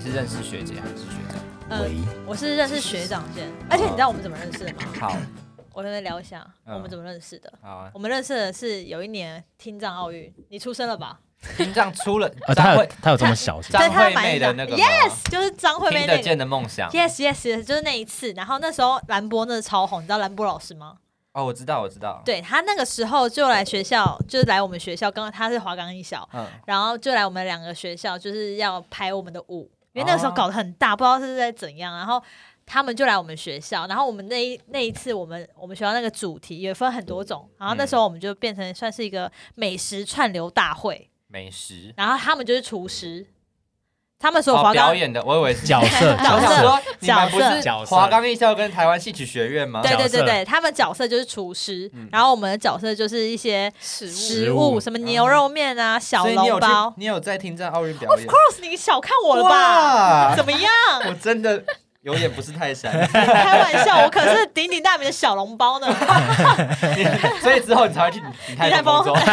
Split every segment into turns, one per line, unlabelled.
是认识学姐还是学长？
呃
喂，
我是认识学长先，
哦
而且你知道我们怎么认识的吗？
好，
我跟你聊一下
嗯
我们怎么认识的。
好啊。
我们认识的是有一年听障奥运，你出生了吧？
听障出 了
啊，他
张
有
惠
他有这么小是不
张
是？
对他
惠
的反
妹
应
的
的
那个吗
，yes，就是张惠妹
听
那
得
个
见的梦想。
，yes yes，就是那一次。然后那时候兰波那超红，你知道兰波老师吗？
哦，我知道，我知道。
对他那个时候就来学校，就是来我们学校，刚刚他是华冈一小，
嗯，
然后就来我们两个学校，就是要拍我们的舞，因为那个时候搞得很大，不知道是在怎样，然后。他们就来我们学校，然后我们那一那一次，我们我们学校那个主题也分很多种，然后那时候我们就变成算是一个美食串流大会，
美食。
然后他们就是厨师，他们所有
哦，
华
表
冈、
演的，我以为是
角色
角
我
色
想说你们不
角
是
色
华冈艺校跟台湾戏曲学院吗？
对对
角色
对对，他们角色就是厨师，
嗯
然后我们的角色就是一些
食物。
食
食物
物，什么牛肉面啊、小
所以你有
笼
去
包，。
你有在听这奥运表
Of
演？
course，你小看我了吧？
哇
怎么样？
我真的有眼不识泰山，
开玩笑，我可是鼎鼎大名的小笼包呢。
所以之后你才会去你
你
太
太疯
风中
反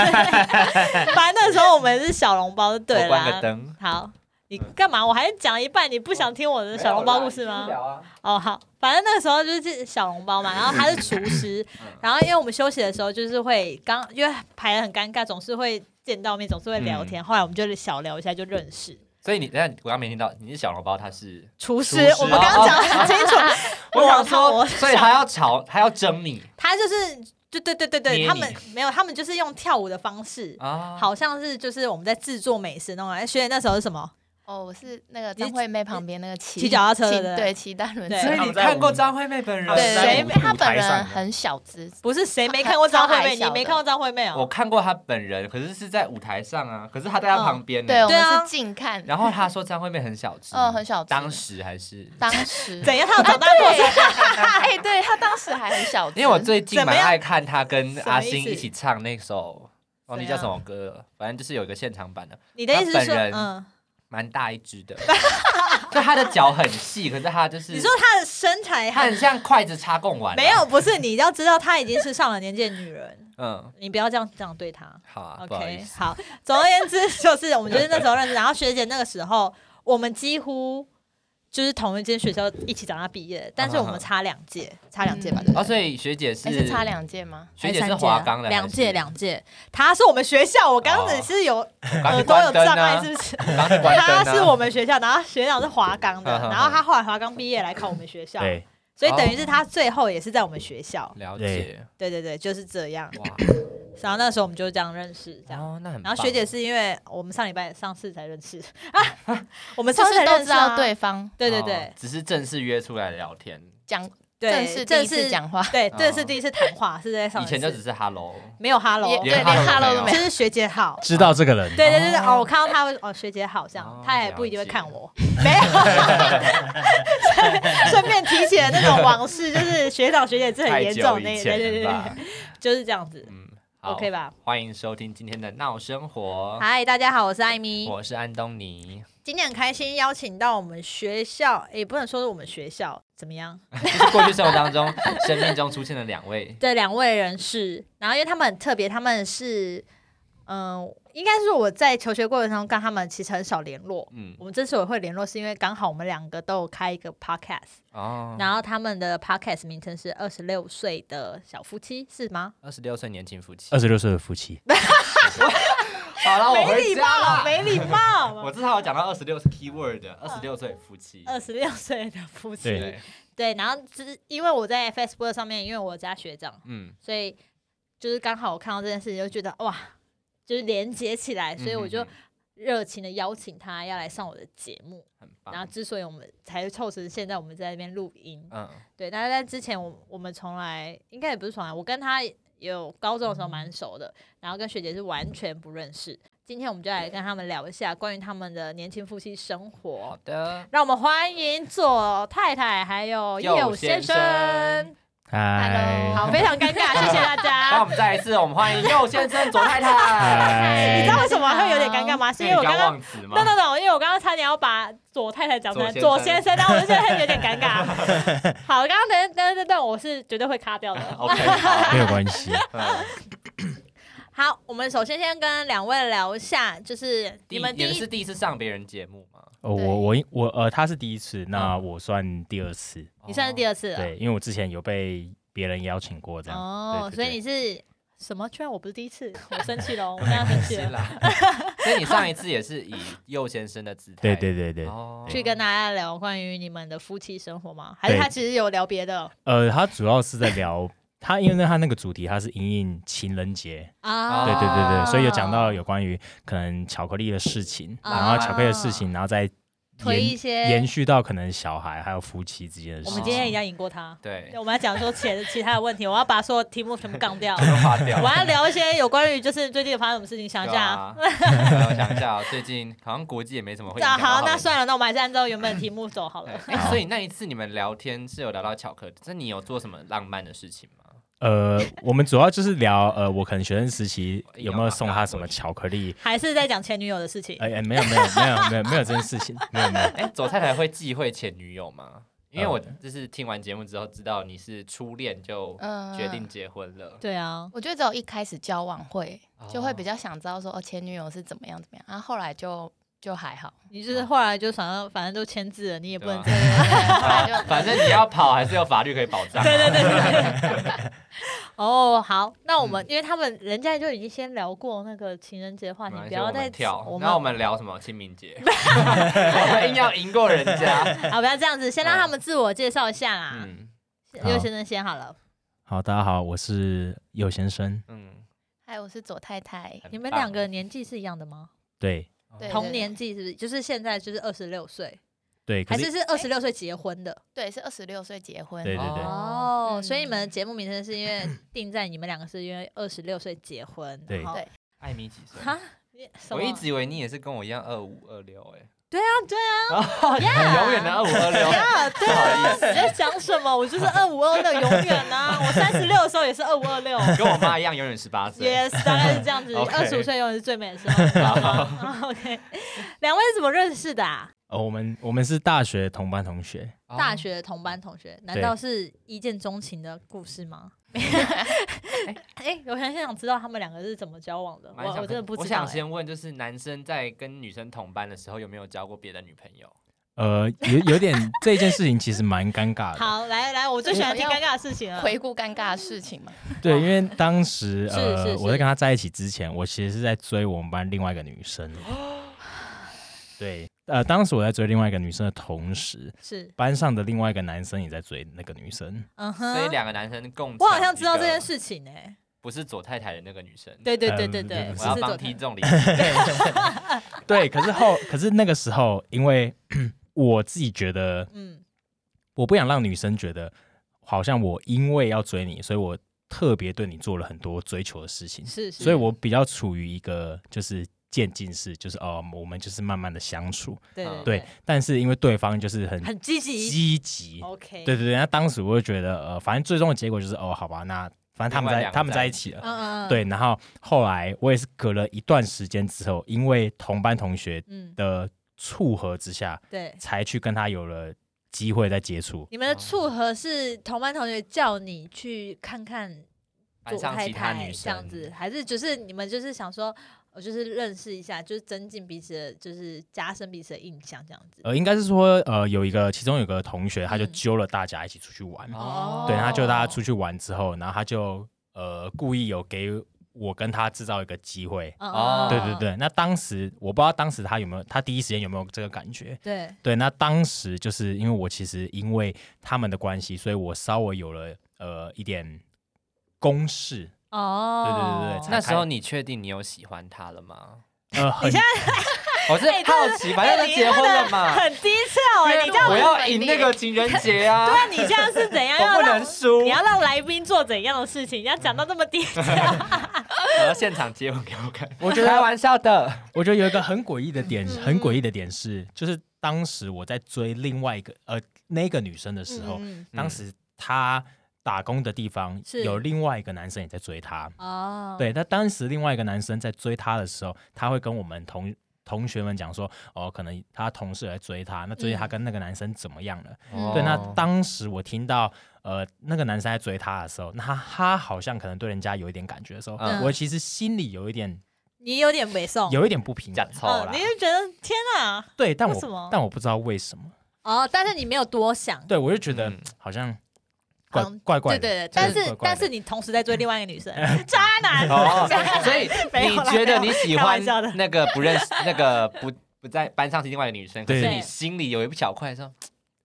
正那时候我们是小笼包就 对
我关
啦
个。灯。
好，你干嘛？我还讲一半，你不想听我的小笼包故事吗
没？有啦？
哦，好，反正那个时候就是小笼包嘛，然后他是厨师
嗯，
然后因为我们休息的时候就是会刚，因为排的很尴尬，总是会见到面，总是会聊
嗯
天。后来我们就小聊一下就认识。
所以你等一下我刚没听到，你是小笼包，他是
厨师
厨，师
我们刚刚讲的很清 楚，我
想
想说
说，所以他要吵，他要争你
他就是对对对对
捏
对，
你
他们没有，他们就是用跳舞的方式，
啊。
好像是就是我们在制作美食那种。哎，学姐那时候是什么？
哦，我是那个
你
张惠妹旁边那个骑
骑脚踏车的
骑
对
对，骑单轮车
对。
所以你看过张惠妹本人？
对
对，
谁
谁
没
她
舞台
本人
上的
很小只，
不是谁没看过张惠妹？
超
你没看过张惠妹
我
哦？
看过她本人，可是是在舞台上啊，可是她在她旁边呢。
嗯对，我
对啊
们是近看，
然后她说张惠妹很小只，
嗯，很小只。
当时还是，
当时
怎样？她有长大过？
对，哎，对她当时还很小只，
因为我最近
怎
蛮
么样
爱看她跟阿
什么意
星
思
一起唱那首，
啊
忘记叫什
怎样
么歌了，反正就是有一个现场版的，
你的意思是
她
说，
本人
嗯，
蛮大一只的， 就她的脚很细，可是她就是
你说她的身材
她
很
很像筷子插贡丸，啊
没有，，不是，你要知道她已经是上了年纪的女人，
嗯，
你不要这样这样对她。
好啊，不好意
OK，
思，
好，总而言之就是我们就是那时候认识，然后学姐那个时候我们几乎。就是同一间学校一起长大毕业
嗯
的，但是我们差两届，差两届吧，对不
哦，
对？
所以学姐是
还是差两届吗？
学姐
还
是
三届
华冈的，
两
还是哦
届，两届，她是我们学校，我刚刚只是有
我刚
耳
去
朵呃有
关灯
障
啊
碍，是不是？
我刚去 关灯
他
啊，
是我们学校，然后学长是华冈
嗯
的，
嗯嗯
然后他后来华冈毕业来考我们学校，
对，
所以等
哦
于是他最后也是在我们学校。
了
对
解，
对对对，就是这样。
哇，
然后那时候我们就这样认识，这样。
哦，那很棒，
然后学姐是因为我们上礼拜上次才认识啊 我们
就
上次才
是都
认
知
识啊、
道对方
对对
哦
对
只是正式约出来聊天，
讲，
对，
正式第一次讲话，
对，
哦
这是第一次谈话，是在上
以
一次
前就只是 hello，
没有 hello，
也
连
对，
hello
连
都
hello
没有
都没
就
有。
是学姐好。
知道这个人，
对对对对，哦，我看到他会哦，学姐好像，
哦
他也不一定会看我，
没
顺便提起了那种往事，就是学长学姐这 很
太
严
久
重那，
以
对对对
前了吧
对，，就是这样子。
嗯
OK？吧？
好欢迎收听今天的闹生活，
嗨，大家好，我是艾米。
我是安东尼，
今天很开心邀请到我们学校，也不能说是我们学校怎么 样
就是过去生活当中 生命中出现的两位，
的两位人士。然后，因为他们很特别，他们是嗯、应该是我在求学过程中跟他们其实很少联络。
嗯，
我们之所以会联络，是因为刚好我们两个都有开一个 podcast，、
哦，
然后他们的 podcast 名称是《二十六岁的小夫妻》，是吗？
二十六岁年轻夫妻
二，十六岁的夫妻，
好了，我回家啦。
没礼貌呃
我。至少有讲到二十六是 keyword 的，二十六岁夫妻，
二十六岁的夫妻，
对
对，
对，然后只是因为我在 Facebook 上面，因为我家学长，
嗯，
所以就是刚好我看到这件事情，就觉得哇，就是连接起来，所以我就
嗯嗯
热情的邀请他要来上我的节目。
嗯很
然后
棒，
之所以我们才凑成现在我们在那边录音，
嗯，
对，但是在之前我我们从来应该也不是从来，我跟他有高中的时候蛮熟的，然后跟学姐是完全不认识。今天我们就来跟他们聊一下关于他们的年轻夫妻生
好
活。
的，
让我们欢迎左太太还有
右
右
先
哦先
生
生。
嗨，
好，非常尴尬，谢 谢大
那我
家。
们再一次，我们欢迎右先生左太太。
嗨
你知道为什么会有点尴尬吗？是因为我刚刚。
忘词吗
no no no，因为我刚刚差点要把左太太讲成
左
左
先
先生，然后我就觉得有点尴 尬。好，刚刚等等等等，我是绝对会卡掉的。
OK，
没有关系，
好
好，我们首先先跟两位聊一下，就是
你
你
们
们
你
第
们
一
是第一次上别人节目吗？
呃，
对
我我我呃，他是第一次，那我算第二次，
你嗯算是第
二，
二次了。
哦对，因为我之前有被别人邀请过这样，
哦，
对对
所以
对
你是什么？居然我不是第一次，我生气 了，我刚刚生气
是
了。
啦。 所以你上一次也是以佑先生的姿态，
对对对对，
哦
去跟大家聊关于你们的夫妻生活吗？还是
对
他其实有聊别的
呃，他主要是在聊他，因为他那个主题他是隐隐情人节，
啊？
对对对对，所以有讲到有关于可能巧克力的事情，
哦
然后巧克力的事情，然后再
推一
延
些
延续到可能小孩还有夫妻之间的
我们
事情。
今天一定要赢过他。
对，
我们要讲说其其他的问题，我要把所有题目全部杠 掉。
都划掉
我。要聊一些有关于就是最近发生什么事情，想一
对
下。
啊， 对我想一下哦，最近好像国际也没什么会影
啊，
响到
好，
他们
那算了，那我们还是按照原本的题目走好
对
了。
哎、所以那一次你们聊天是有聊到巧克力，那你有做什么浪漫的事情吗？
呃，我们主要就是聊呃，我可能学生时期有没有送他什么巧克力？
还是在讲前女友的事情。
哎哎，没有没有没有没有没有这件事情，没有没有。
哎、左太太会忌讳前女友吗？因为
呃
我就是听完节目之后知道你是初恋就
嗯
决定结婚了，
对啊，
我觉得只有一开始交往会
哦
就会比较想知道说哦前女友是怎么样怎么样，然后后来就就还好，
你就是后来就反正反正都签字了，你也不能
对
对对对，后来就
反正你要跑还是有法律可以保障。啊
对对对对对。 哦，好，那我
嗯
们、因为他们人家就已经先聊过那个情人节话题
没，关
不
系
要
我
再
们跳，
我们
那我们聊什么？清明 节，我们硬要赢过人家。
啊，不要这样子，先让他们自我介绍一下啦。
嗯
刘、先生先好了，
好，大家好，我是佑先生，
嗯，
嗨，我是左太太，
很
你们
棒
两个年纪是一样的吗？
对
对
同年纪是不是？就是现在就是二十六岁，
对，可
还
是
是是二十六岁结婚的？
对，是二十六岁结婚，
对对对
哦，
哦，
嗯
所以你们的节目名称是因为定在你们两个是因为二十六岁结婚，
对
然后
对
艾米几岁？
哈，你什
我
么
一直以为你也是跟我一样二五二六，哎，
对啊对 啊
永远的二五二六，
啊对
不好
啊，
意
你在讲什么？我就是二五二六，永远啊！我三十六的时候也是二五二六。
跟我妈一样，永远十八岁。
Yes，大概是这样子。
OK
二十五岁永远是最美的时候，你知道吗 ？OK，两位是怎么认识的啊？
呃，我们我们是大学同班同学，
哦
大学同班同学，难
对
道是一见钟情的故事吗？ 哎，我很想知道他们两个是怎么交往的，
蛮
我
想
我真的不
我
知道
想
哎。
先问，就是男生在跟女生同班的时候，有没有交过别的女朋友？
呃，有有点这件事情其实蛮尴尬 的，
好，来来，我最喜欢听尴尬的事情了。
回顾尴尬的事情嘛，
对，因为当时
哦 是
呃
是是
我在跟他在一起之前，我其实是在追我们班另外一个女生， 对，呃，当时我在追另外一个女生的同时，
是，
班上的另外一个男生也在追那个女生，
嗯
所以
哼，
两个男生共，
我好像知道这件，事情哎。
不是左太太的那个女生。，
对对对
嗯
对对，
不
我
是
要
是
帮
左
听
太
众 理解。
对，可是后可是那个时候，因为 我自己觉得
嗯，
我不想让女生觉得好像我因为要追你，所以我特别对你做了很多追求的事情，
是是，
所以我比较处于一个就是渐进式，就是哦，我们就是慢慢的相处，
对
嗯
对。但是因为对方就是很
很积极。
积极，
OK，
对对对，那当时我就觉得呃，反正最终的结果就是哦，好吧，那反正他们
另外两
在
个
他们
在
在
一
一
起
起
了
了。
嗯嗯，
对，然后后来我也是隔了一段时间之后，因为同班同学
嗯，
的撮合之下，
对。
才去跟他有了机会再接触。
你
哦
们的撮合是同班同学叫你去看看
班
左
上
太
其他
太
女生
这样子，，还是就是你们就是想说，我就是认识一下，就是增进彼此的，就是加深彼此的印象这样子。
呃，应该是说，呃，有一个其中有个同学，他就
嗯
揪了大家一起出去玩，
哦
对，他就大家
哦
出去玩之后，然后他就呃故意有给我跟他制造一个机会，
嗯
哦
对对对。那当时我不知道当时他有没有，他第一时间有没有这个感觉？
对，
对，那当时就是因为我其实因为他们的关系，所以我稍微有了呃一点公式，
哦，
对对对对
那时候你确定你有喜欢他了吗？
呃，很
我是
哎
好奇，反正都结婚了嘛，
很低调哎、啊你这样
我要赢那个情人 节啊，
对啊，你这样是怎样？
我
要
不
让
能输
你。要让来宾做怎样的事情？你要讲到这么低调，
嗯我要现场接吻给我看，
我觉得
开玩笑的。
我觉得有一个很诡异的点，
嗯
很诡异的点是，就是当时我在追另外一个呃那个女生的时候，
嗯
当时她打工的地方
是
有另外一个男生也在追她。
哦，
对，那当时另外一个男生在追她的时候，他会跟我们同同学们讲说，哦，可能他同事来追她，那最近他跟那个男生怎么样了？
嗯
对，那
哦
当时我听到呃那个男生在追她的时候，那他他好像可能对人家有一点感觉的时候，
嗯
我其实心里有一点
你有点北宋，
有一点不平
假
衡。
臭
嗯
啦，
你。就觉得天啊，
对，但
为什么
我但我不知道为什么，
哦，但是你没有多想，
对我就觉得
嗯
好像怪
嗯
怪怪
对
的，
对对，但
就怪
是
怪
但
的
是你同时在追另外一个女 生，渣男，
哦
渣男，
所以
没有
你
啦
觉
没有
得你喜
开
欢
玩笑的
那个不认识、那个不不在班上是另外一个女生，可是
对
你心里有一不小块说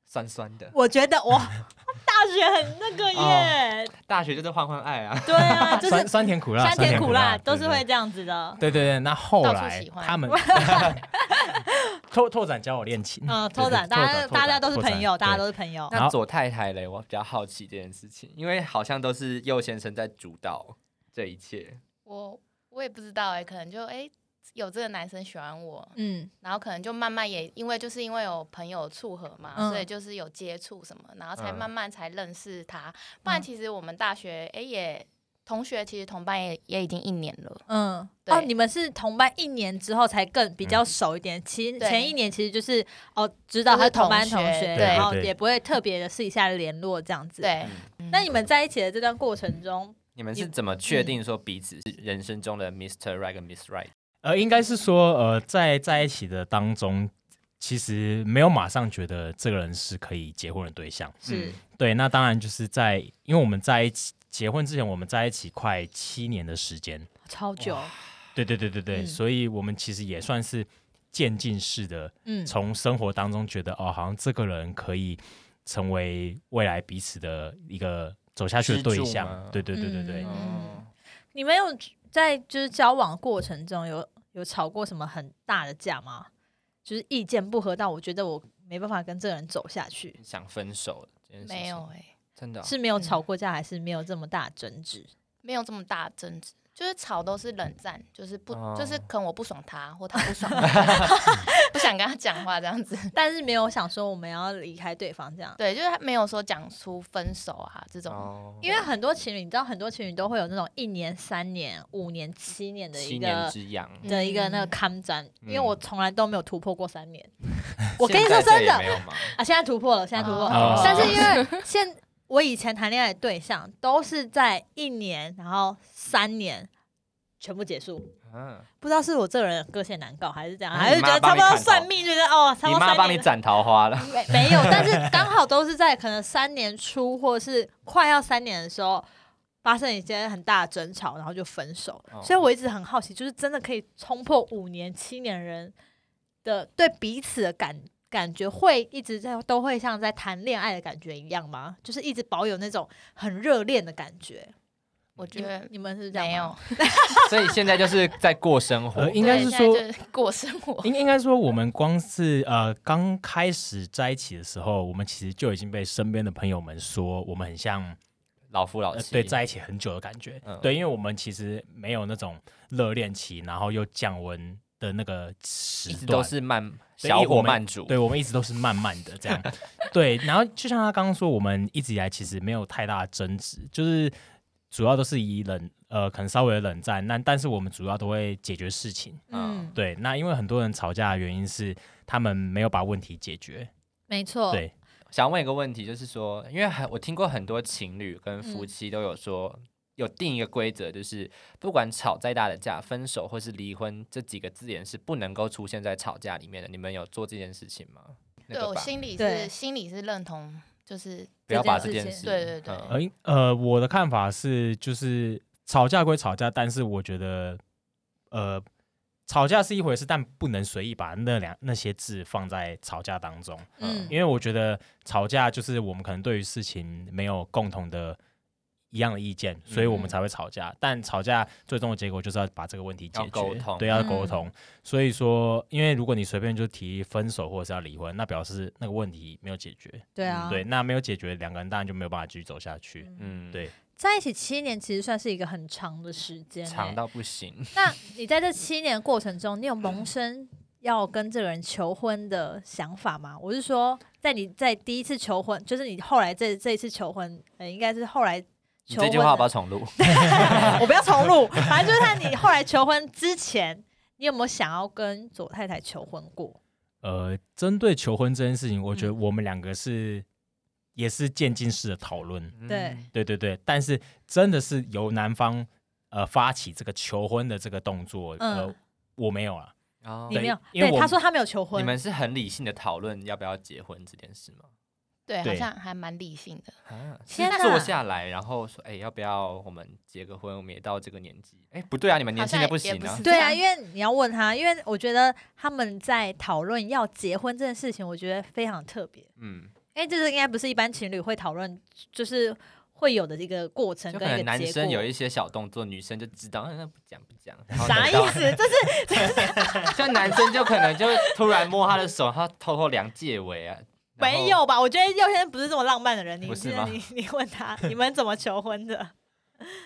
酸酸的。
我觉得我大学很那个耶，
大学就是换换爱啊，
对 啊，就
哦酸
是
酸甜苦辣，
酸甜苦辣
辣
都是。
对对
会这样子的。
对对对，那后
到处
来
喜欢
他们拓拓展教我练琴，
嗯，
对
偷
对
懒，大家
拓展
大家都是
拓展
朋友，大家
对
都是朋友。
然
那
后
左太太嘞，我比较好奇这件事情，因为好像都是右先生在主导这一切。
我我也不知道哎、可能就哎、有这个男生喜欢我，
嗯，
然后可能就慢慢也因为就是因为有朋友撮合嘛，
嗯
所以就是有接触什么，然后才
嗯
慢慢才认识他。不然
嗯
其实我们大学哎、也同学，其实同班也也已经一年了。
嗯，
对
哦，你们是同班一年之后才更比较熟一点，其实
嗯对
前一年其实就是哦，知道他是同班同
就是
学，
同学
对
然后
对对
也不会特别的私底下联络这样子。，
对，
那你们在一起的这段过程中，
你们是怎么确定说彼此是人生中的 Mr. Right 跟 Miss Right？
呃，应该是说，呃，在在一起的当中，其实没有马上觉得这个人是可以结婚的对象。
是
嗯
对，那当然就是在，因为我们在一起结婚之前，我们在一起快七年的时间。
超久，
对对对对对，
嗯
所以我们其实也算是渐进式的，
嗯，
从生活当中觉得哦，好像这个人可以成为未来彼此的一个走下去的对
支柱吗
象。对对对对对，
嗯，
你们有在就是交往过程中有有吵过什么很大的架吗？就是意见不合到我觉得我没办法跟这个人走下去，
想分手这件事情
没有哎、
真的哦
是没有吵过架，还是没有这么大的争执？
没有这么大的争执，就是吵都是冷战，就是不、
哦
就是可能我不爽他，或他不爽我， 不想跟他讲话这样子。
但是没有想说我们要离开对方这样。
对，就是他没有说讲出分手啊这种。
哦
因为很多情侣，你知道，很多情侣都会有那种一年、三年、五年、七年的
七
一
年
个
之痒，
的一个那个抗战，
嗯
因为我从来都没有突破过三 年。我跟你说
现在这
真
也
的
没啊有吗？
啊，现在突破了，现在突破了。
哦
但是因为现我以前谈恋爱的对象都是在一年，然后三年全部结束。
嗯，
不知道是我这个人个性难搞，还是怎样，
嗯
还是觉得
你妈帮
差不
你
多
看透
算命，觉得哦，差
你
不多
妈
三
帮你
年
斩桃花了，
没没有，但是刚好都是在可能三年初或者是快要三年的时候发生一些很大的争吵，然后就分手。
哦
所以我一直很好奇，就是真的可以冲破五年、七年人的对彼此的感感觉，会一直在都会像在谈恋爱的感觉一样吗？就是一直保有那种很热恋的感觉。
我觉
你们
得
你们是这样吗
没有，，
所以现在就是在过生活
呃，。应该
对
是
现在
说。
就是 过生 活。
应应该说，我们光是呃刚开始在一起的时候，我们其实就已经被身边的朋友们说，我们很像、
老夫老
呃
妻，
对在一起很久的感觉。
嗯
对，因为我们其实没有那种热恋期，然后又降温的那个时
一直
段
都，是慢
对
小
因为我
火
们
慢煮，
对我们一直都是慢慢的这样。 对，然后就像他刚刚说，我们一直以来其实没有太大的争执，就是主要都是以冷呃可能稍微的冷战，那但是我们主要都会解决事情。
嗯，
对，那因为很多人吵架的原因是他们没有把问题解决。
没错，
对，
想问一个问题，就是说，因为很我听过很多情侣跟
嗯
夫妻都有说，有定一个规则，就是不管吵再大的架，分手或是离婚这几个字眼是不能够出现在吵架里面的。你们有做这件事情吗？那
对
个
我
吧，
心里
对
是心里是认同，就是
不要把这
这件
件
事
事，嗯
情对对对
呃呃，我的看法是，就是吵架归吵架，但是我觉得，呃，吵架是一回事，但不能随意把那两那些字放在吵架当中，
嗯
因为我觉得吵架就是我们可能对于事情没有共同的。一样的意见，所以我
嗯
们才会吵架。但吵架最终的结果就是要把这个问题解
要
决，
沟通
对，要
嗯
沟通。所以说，因为如果你随便就提分手或者是要离婚，那表示那个问题没有解决。
对啊，
对，那没有解决，两个人当然就没有办法继续走下去。
嗯，
对
在一起七年其实算是一个很长的时间、欸，
长到不行。
那你在这七年过程中，你有萌生要跟这个人求婚的想法吗？我是说，在你在第一次求婚，就是你后来这这一次求婚，呃，应该是后来
你
求
这
婚
句话要不要
的，
重录？
我不要重录，反正就是在你后来求婚之前，你有没有想要跟左太太求婚过？
呃，针对求婚这件事情，我
嗯
觉得我们两个是、也是渐进式的讨论，
对
嗯，
对对对。但是真的是由男方呃发起这个求婚的这个动作，呃
嗯，
我没有啊，
哦
你没有？
因为
对，
我
他说他没有求
你
婚，
们是很理性的讨论要不要结婚这件事吗？
对，好
对
像还蛮理性的。
啊，是
天哪
坐下来，然后说，哎、要不要我们结个婚？我们也到这个年纪，哎、不对啊，你们年轻的
好像也
行啊
不是。
对啊，
这
因为你要问他，因为我觉得他们在讨论要结婚这件事情，我觉得非常特别，
嗯，
因哎为这是应该不是一般情侣会讨论，就是会有的一个过程
就
跟
可能
一个
男
结
生有
果。
一些小动作，女生就知道，啊那不讲不讲。然后
啥
等
意
到？
思？这是
像男生就可能就突然摸她的手，他偷偷量戒尾啊。然后
没，有吧？我觉得佑先不是这么浪漫的人。你
不是吗
你你问他，你们怎么求婚的？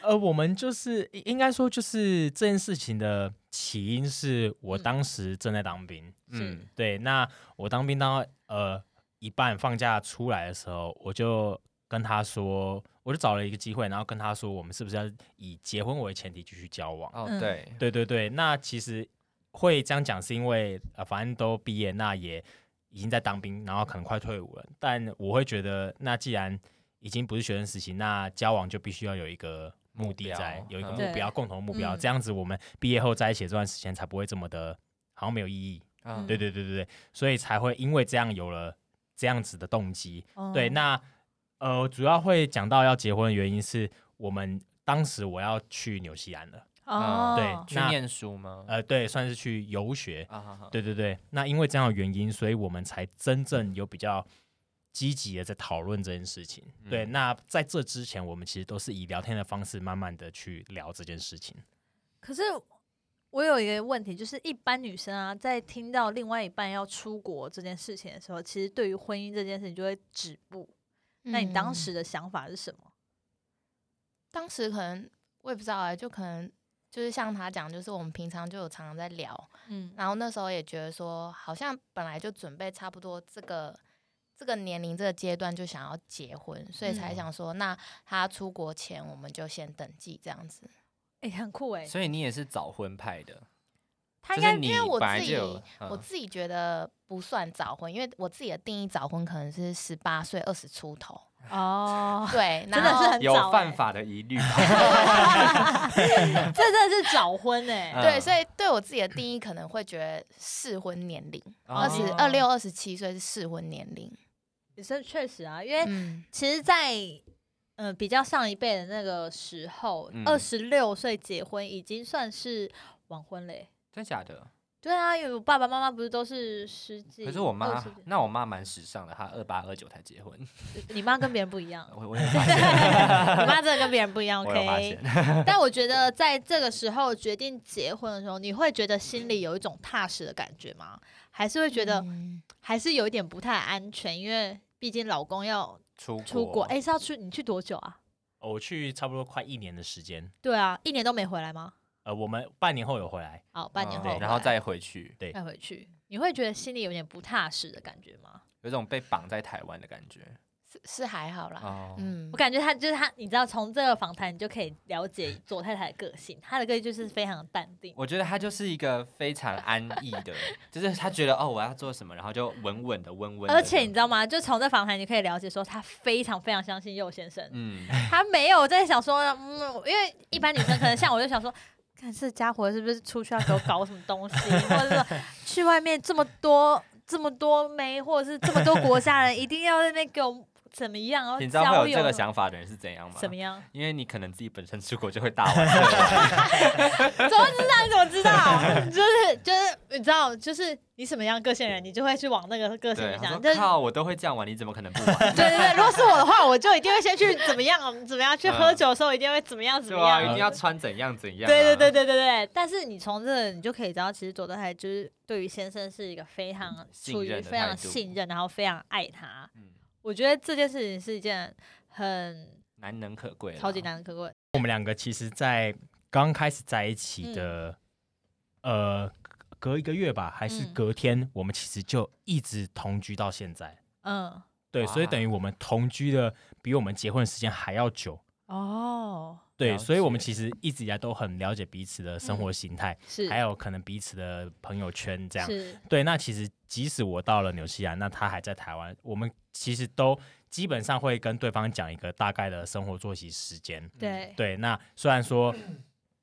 呃，我们就是应应该说就是这件事情的起因是我
嗯
当时正在当兵，
嗯，
对，那我当兵当到呃一半放假出来的时候，我就跟他说，我就找了一个机会，然后跟他说，我们是不是要以结婚为前提继续交往？
哦
嗯
对，
对对对，那其实会这样讲是因为呃，反正都毕业，那也已经在当兵，然后可能快退伍了，但我会觉得，那既然已经不是学生时期，那交往就必须要有一个。目的在
目标
有一个
嗯
目标，
对
共同目标，
嗯
这样子我们毕业后在一起这段时间才不会这么的，好像没有意义。
嗯
对对对对对，所以才会因为这样有了这样子的动机。
嗯
对，
哦
那呃，主要会讲到要结婚的原因是我们当时我要去纽西兰了，
嗯
哦，
对
去
那
念书吗？
呃，对，算是去游学。
啊，好好
对对对，那因为这样的原因，所以我们才真正有比较积极的在讨论这件事情。对，
嗯
那在这之前，我们其实都是以聊天的方式，慢慢的去聊这件事情。
可是我有一个问题，就是一般女生啊，在听到另外一半要出国这件事情的时候，其实对于婚姻这件事情就会止步。那你当
嗯
时的想法是什么？
当时可能我也不知道哎、就可能就是像他讲，就是我们平常就有常常在聊，
嗯
然后那时候也觉得说，好像本来就准备差不多这个这个年龄这个阶段就想要结婚，所以才
嗯
想说，那他出国前我们就先登记这样子。
哎、很酷哎、
所以你也是早婚派的，
他
就
应
是
该
你
因为我
本来就
自己
有，
我
嗯
自己觉得不算早婚，因为我自己的定义早婚可能是十八岁二十出头，
哦，
对，
真
然
的
后
是很
有
早、
犯
欸，
法的疑虑吧，
这真的是早婚哎、
嗯
对，所以对我自己的定义可能会觉得适婚年龄，二十
哦
二六、二十七岁是适婚年龄。
也是确实啊，因为
嗯，
其实在，呃比较上一辈的那个时候
嗯，
二十六岁结婚已经算是晚婚嘞、
真假的？
对啊，因为我爸爸妈妈不是都是十几？
可是我妈
二十几，
那我妈蛮时尚的，她二八二九才结婚，，
你妈跟别人不一样
我我有 发
你
现，
妈真的跟别人不一样。
我有发现
OK，，但 我觉得在这个时候决定结婚的时候，你会觉得心里有一种踏实的感觉吗？还是会觉得
嗯
还是有一点不太安全？因为毕竟老公要
出
出国，哎、是要去你去多久啊？
哦我去差不多快一年的时间，
对啊，一年都没回来吗？
呃，我们半年后有回来，
好，半年
嗯
后回来、
然后再回去，
再回去，你会觉得心里有点不踏实的感觉吗？
有种被绑在台湾的感觉。
是是还好啦。
哦，
嗯
我，感觉他就是他，你知道，从这个访谈你就可以了解左太太的个性，她的个性就是非常淡定。
我觉得他就是一个非常安逸的，就是他觉得哦，我要做什么，然后就稳稳的、温温的。
而且你知道吗？就从这访谈你可以了解说，她非常非常相信佑先生，
嗯，
她没有在想说，嗯，因为一般女生可能像我就想说。看这家伙是不是出去要给我搞什么东西，或者是说去外面这么多这么多妹，或者是这么多国家人，一定要在那边给我怎么样？然后
你知道会有
交友
这个
什么
想法的人是怎样吗？
哦怎么样？
因为你可能自己本身出国就会大玩，
怎么知道？你怎么知道？ 就是就是，你知道，就是你什么样个性的人，你就会去往那个个性
对，
去
他
想。
说
但是
靠，我都会这样玩，你怎么可能不玩？
对对对，如果是我的话，我就一定会先去怎么样怎么样，
嗯
去喝酒的时候一定会怎么 样怎
对
么
啊，
样。
一定要穿怎样怎样啊。
对对对对对对，但是你从这个你就可以知道，其实左德泰就是对于先生是一个非常
信
处
任
于
的
非
态
常
度
信任，然后非常爱他。
嗯，
我觉得这件事情是一件很
难能可贵，
超级。难可贵。
我们两个其实，在刚开始在一起的，
嗯
呃，隔一个月吧，还是
嗯
隔天，我们其实就一直同居到现在。
嗯，
对，
哇
所以等于我们同居的比我们结婚的时间还要久。
哦，
对，
了解
所以我们其实一直以来都很了解彼此的生活形态，
嗯是，
还有可能彼此的朋友圈这样。
是，
对，那其实即使我到了纽西兰，那他还在台湾，我们其实都基本上会跟对方讲一个大概的生活作息时间。
对，
对，那虽然说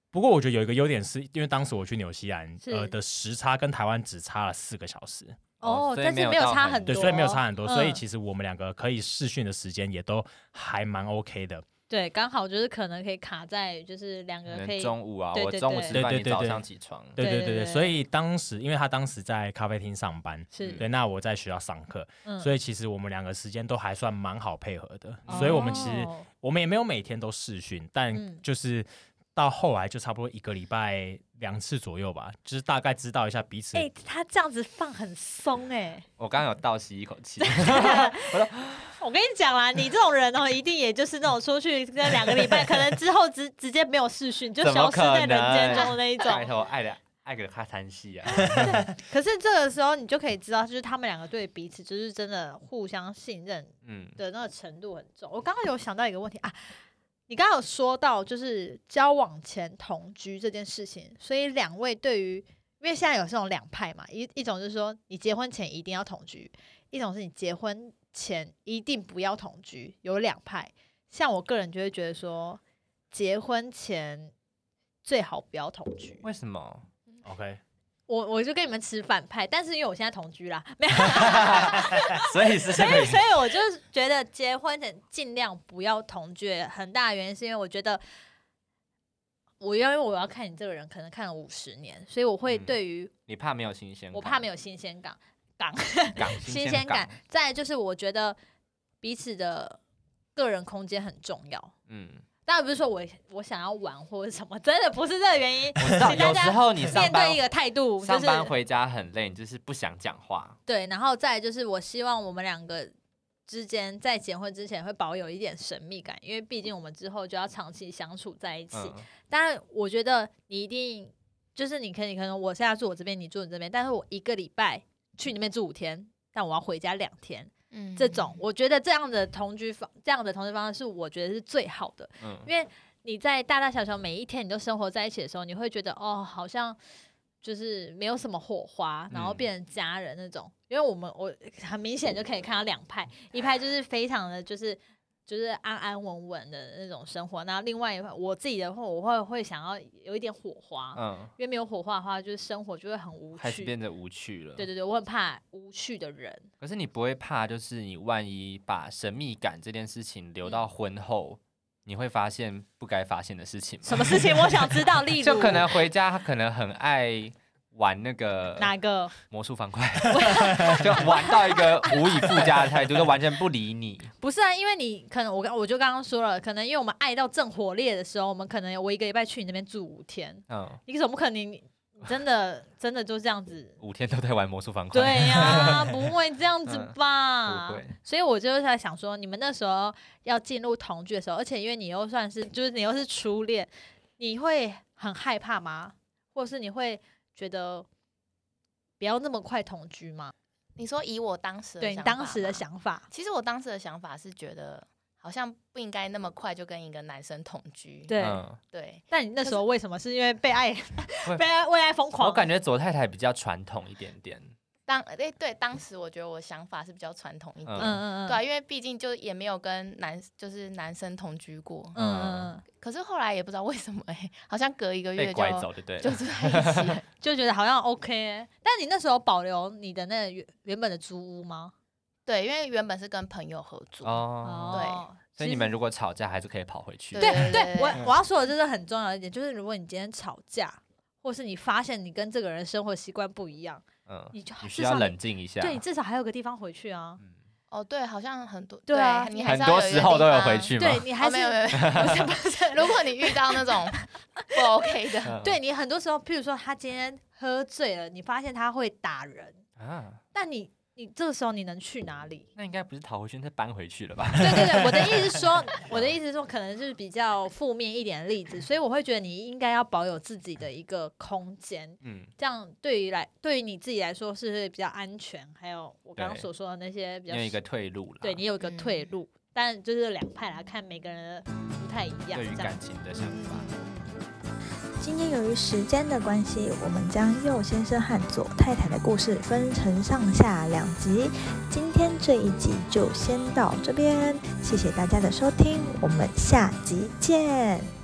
不过我觉得有一个优点是，因为当时我去纽西兰，
是
呃的时差跟台湾只差了四个小时，
哦
哦，
所以
但
没
是
有
没有
到
差
很
很多，
对，所以没有差很多，所以
嗯
其实我们两个可以试训的时间也都还蛮 OK 的。
对，刚好就是可能可以卡在就是两
可
呃个可
能
以
中午啊，
对
我
对
中午
对
吃饭，
对
你
对
早
对
上起床，
对
对
对对
对
对，
对
所以当时因为他当时在咖啡厅上班，
是
对，那我在学校上课，
嗯
所以其实我们两个时间都还算蛮好配合的，所以我们其实
哦
我们也没有每天都试训，
嗯
但就是到后来就差不多一个礼拜两次左右吧，就是大概知道一下彼此。
哎、他这样子放很松哎、
我刚刚有倒吸一口气，
我跟你讲 啦，你这种人哦，一定也就是那种出去那两个礼拜，可能之后直 直接没有视讯，就
怎么
消失在
可
人间
能哎
中的那一种。
拜托，爱的爱个他谈戏啊，
可是这个时候你就可以知道，就是他们两个对彼此就是真的互相信任
嗯，
的那个程度很重。我刚刚有想到一个问题啊，你刚刚有说到就是交往前同居这件事情，所以两位对于因为现在有这种两派嘛，一一种就是说你结婚前一定要同居，一种是你结婚前一定不要同居，有两派。像我个人就会觉得说，结婚前最好不要同居。
为什么？
OK，
我我就跟你们持反派，但是因为我现在同居啦，没有，
所以是这
所以
个
所以我就是觉得结婚前尽量不要同居，很大的原因是因为我觉得。我因为我要看你这个人，可能看了五十年，所以我会
嗯
对于、
你怕没有新鲜感，
我怕没有新鲜感，
港
新
鲜
鲜感。再来就是我觉得彼此的个人空间很重要。
嗯，
当然不是说我我想要玩或者什么，真的不是这个原因。
我知道
请
有
大
时
家
候 你上
面
班
对一个态度，就
上
是
班回家很累，你就是不想讲话，
对，然后再来就是，我希望我们两个之间在结婚之前会保有一点神秘感，因为毕竟我们之后就要长期相处在一起。
嗯，
当然，我觉得你一定就是你可以可能我现在住我这边，你住你这边，但是我一个礼拜去你那边住五天，但我要回家两天。
嗯
这种我觉得这样的同居方这样的同居方式，是我觉得是最好的，
嗯
因为你在大大小小每一天你都生活在一起的时候，你会觉得哦，好像就是没有什么火花，然后
嗯
变成家人那种。因为我们我很明显就可以看到两派，一派就是非常的就是。就是安安稳稳的那种生活，然后另外一派我自己的话，我会会想要有一点火花，
嗯，
因为没有火花的话，就是生活就会很啊无
开始
趣。
变得无趣了。
对对对，我很怕无趣的 人。
可是你不会怕，就是你万一把神秘感这件事情留
嗯
到婚后，你会发现不该发现的事情
什
吗？
么事情我想知道，例如
就可能回家，他可能很爱玩那个
哪个？
魔术方块，就玩到一个无以复加的态度，就完全不理你。
不是啊，因为你可能我刚我就刚刚说了，可能因为我们爱到正火烈的时候，我们可能我一个礼拜去你那边住五天，
嗯，
你怎么可能你 真的真的就这样子？
五天都在玩魔术方块。
对啊呀、不会这样子
嗯
吧？
不会
所以我就在想说，你们那时候要进入同居的时候，而且因为你又算是就是你又是初恋，你会很害怕吗？或者是你会觉得不要那么快同居吗？
你说以我当时的
对你
想
当
法
时的
吗，
想法，
其实我当时的想法是觉得好像不应该那么快就跟一个男生同居，
对。
嗯，
对
那你那时候为什么是因为被爱
会
被爱为爱疯狂？
我感觉左太太比较传统一点点。
当哎、对，当时我觉得我想法是比较传统一点，
嗯
嗯嗯嗯，
对啊、因为毕竟就也没有跟男就是男生同居过，
嗯嗯嗯，
可是后来也不知道为什么哎、好像隔一个
被
月
拐
就
走就对
就
了。
住在一起了，
就觉得好像 OK 欸。但你那时候保留你的那个原原本的租屋吗？
对，因为原本是跟朋友合租，
哦，
哦，
所以
其
你
实
们如果吵架还是可以跑回去。
对
对对，我
对
我要说的就是很重要一点，就是如果你今天吵架，或是你发现你跟这个人生活习惯不一样，
嗯，
你就
你需
至
要
少
冷静一下。
对你至少还有个地方回去啊。
嗯
哦，对，好像很多
对啊
你
很
还是要
多
有一
时
个
候
地
都有
方
回去嘛。
对你还
哦，没有
是
没有，没有 不是不是，如果你遇到那种不 OK 的，
嗯
对你很多时候，譬如说他今天喝醉了，你发现他会打人，
啊，
但你你这个时候你能去哪里？
那应该不是逃回去，是搬回去了吧？
对对 对，我的意思是说，我的意思是说，可能就是比较负面一点的例子，所以我会觉得你应该要保有自己的一个空间，
嗯，
这样对于来对于你自己来说是会比较安全，还有我刚刚
对
所说的那些比
你
较
有一个退路了。
对你有一个
嗯
退路，但就是两派来看，每个人的不太一样，
对于
这样
感。情的想法。
今天由于时间的关系，我们将右先生和左太太的故事分成上下两集。今天这一集就先到这边，谢谢大家的收听，我们下集见。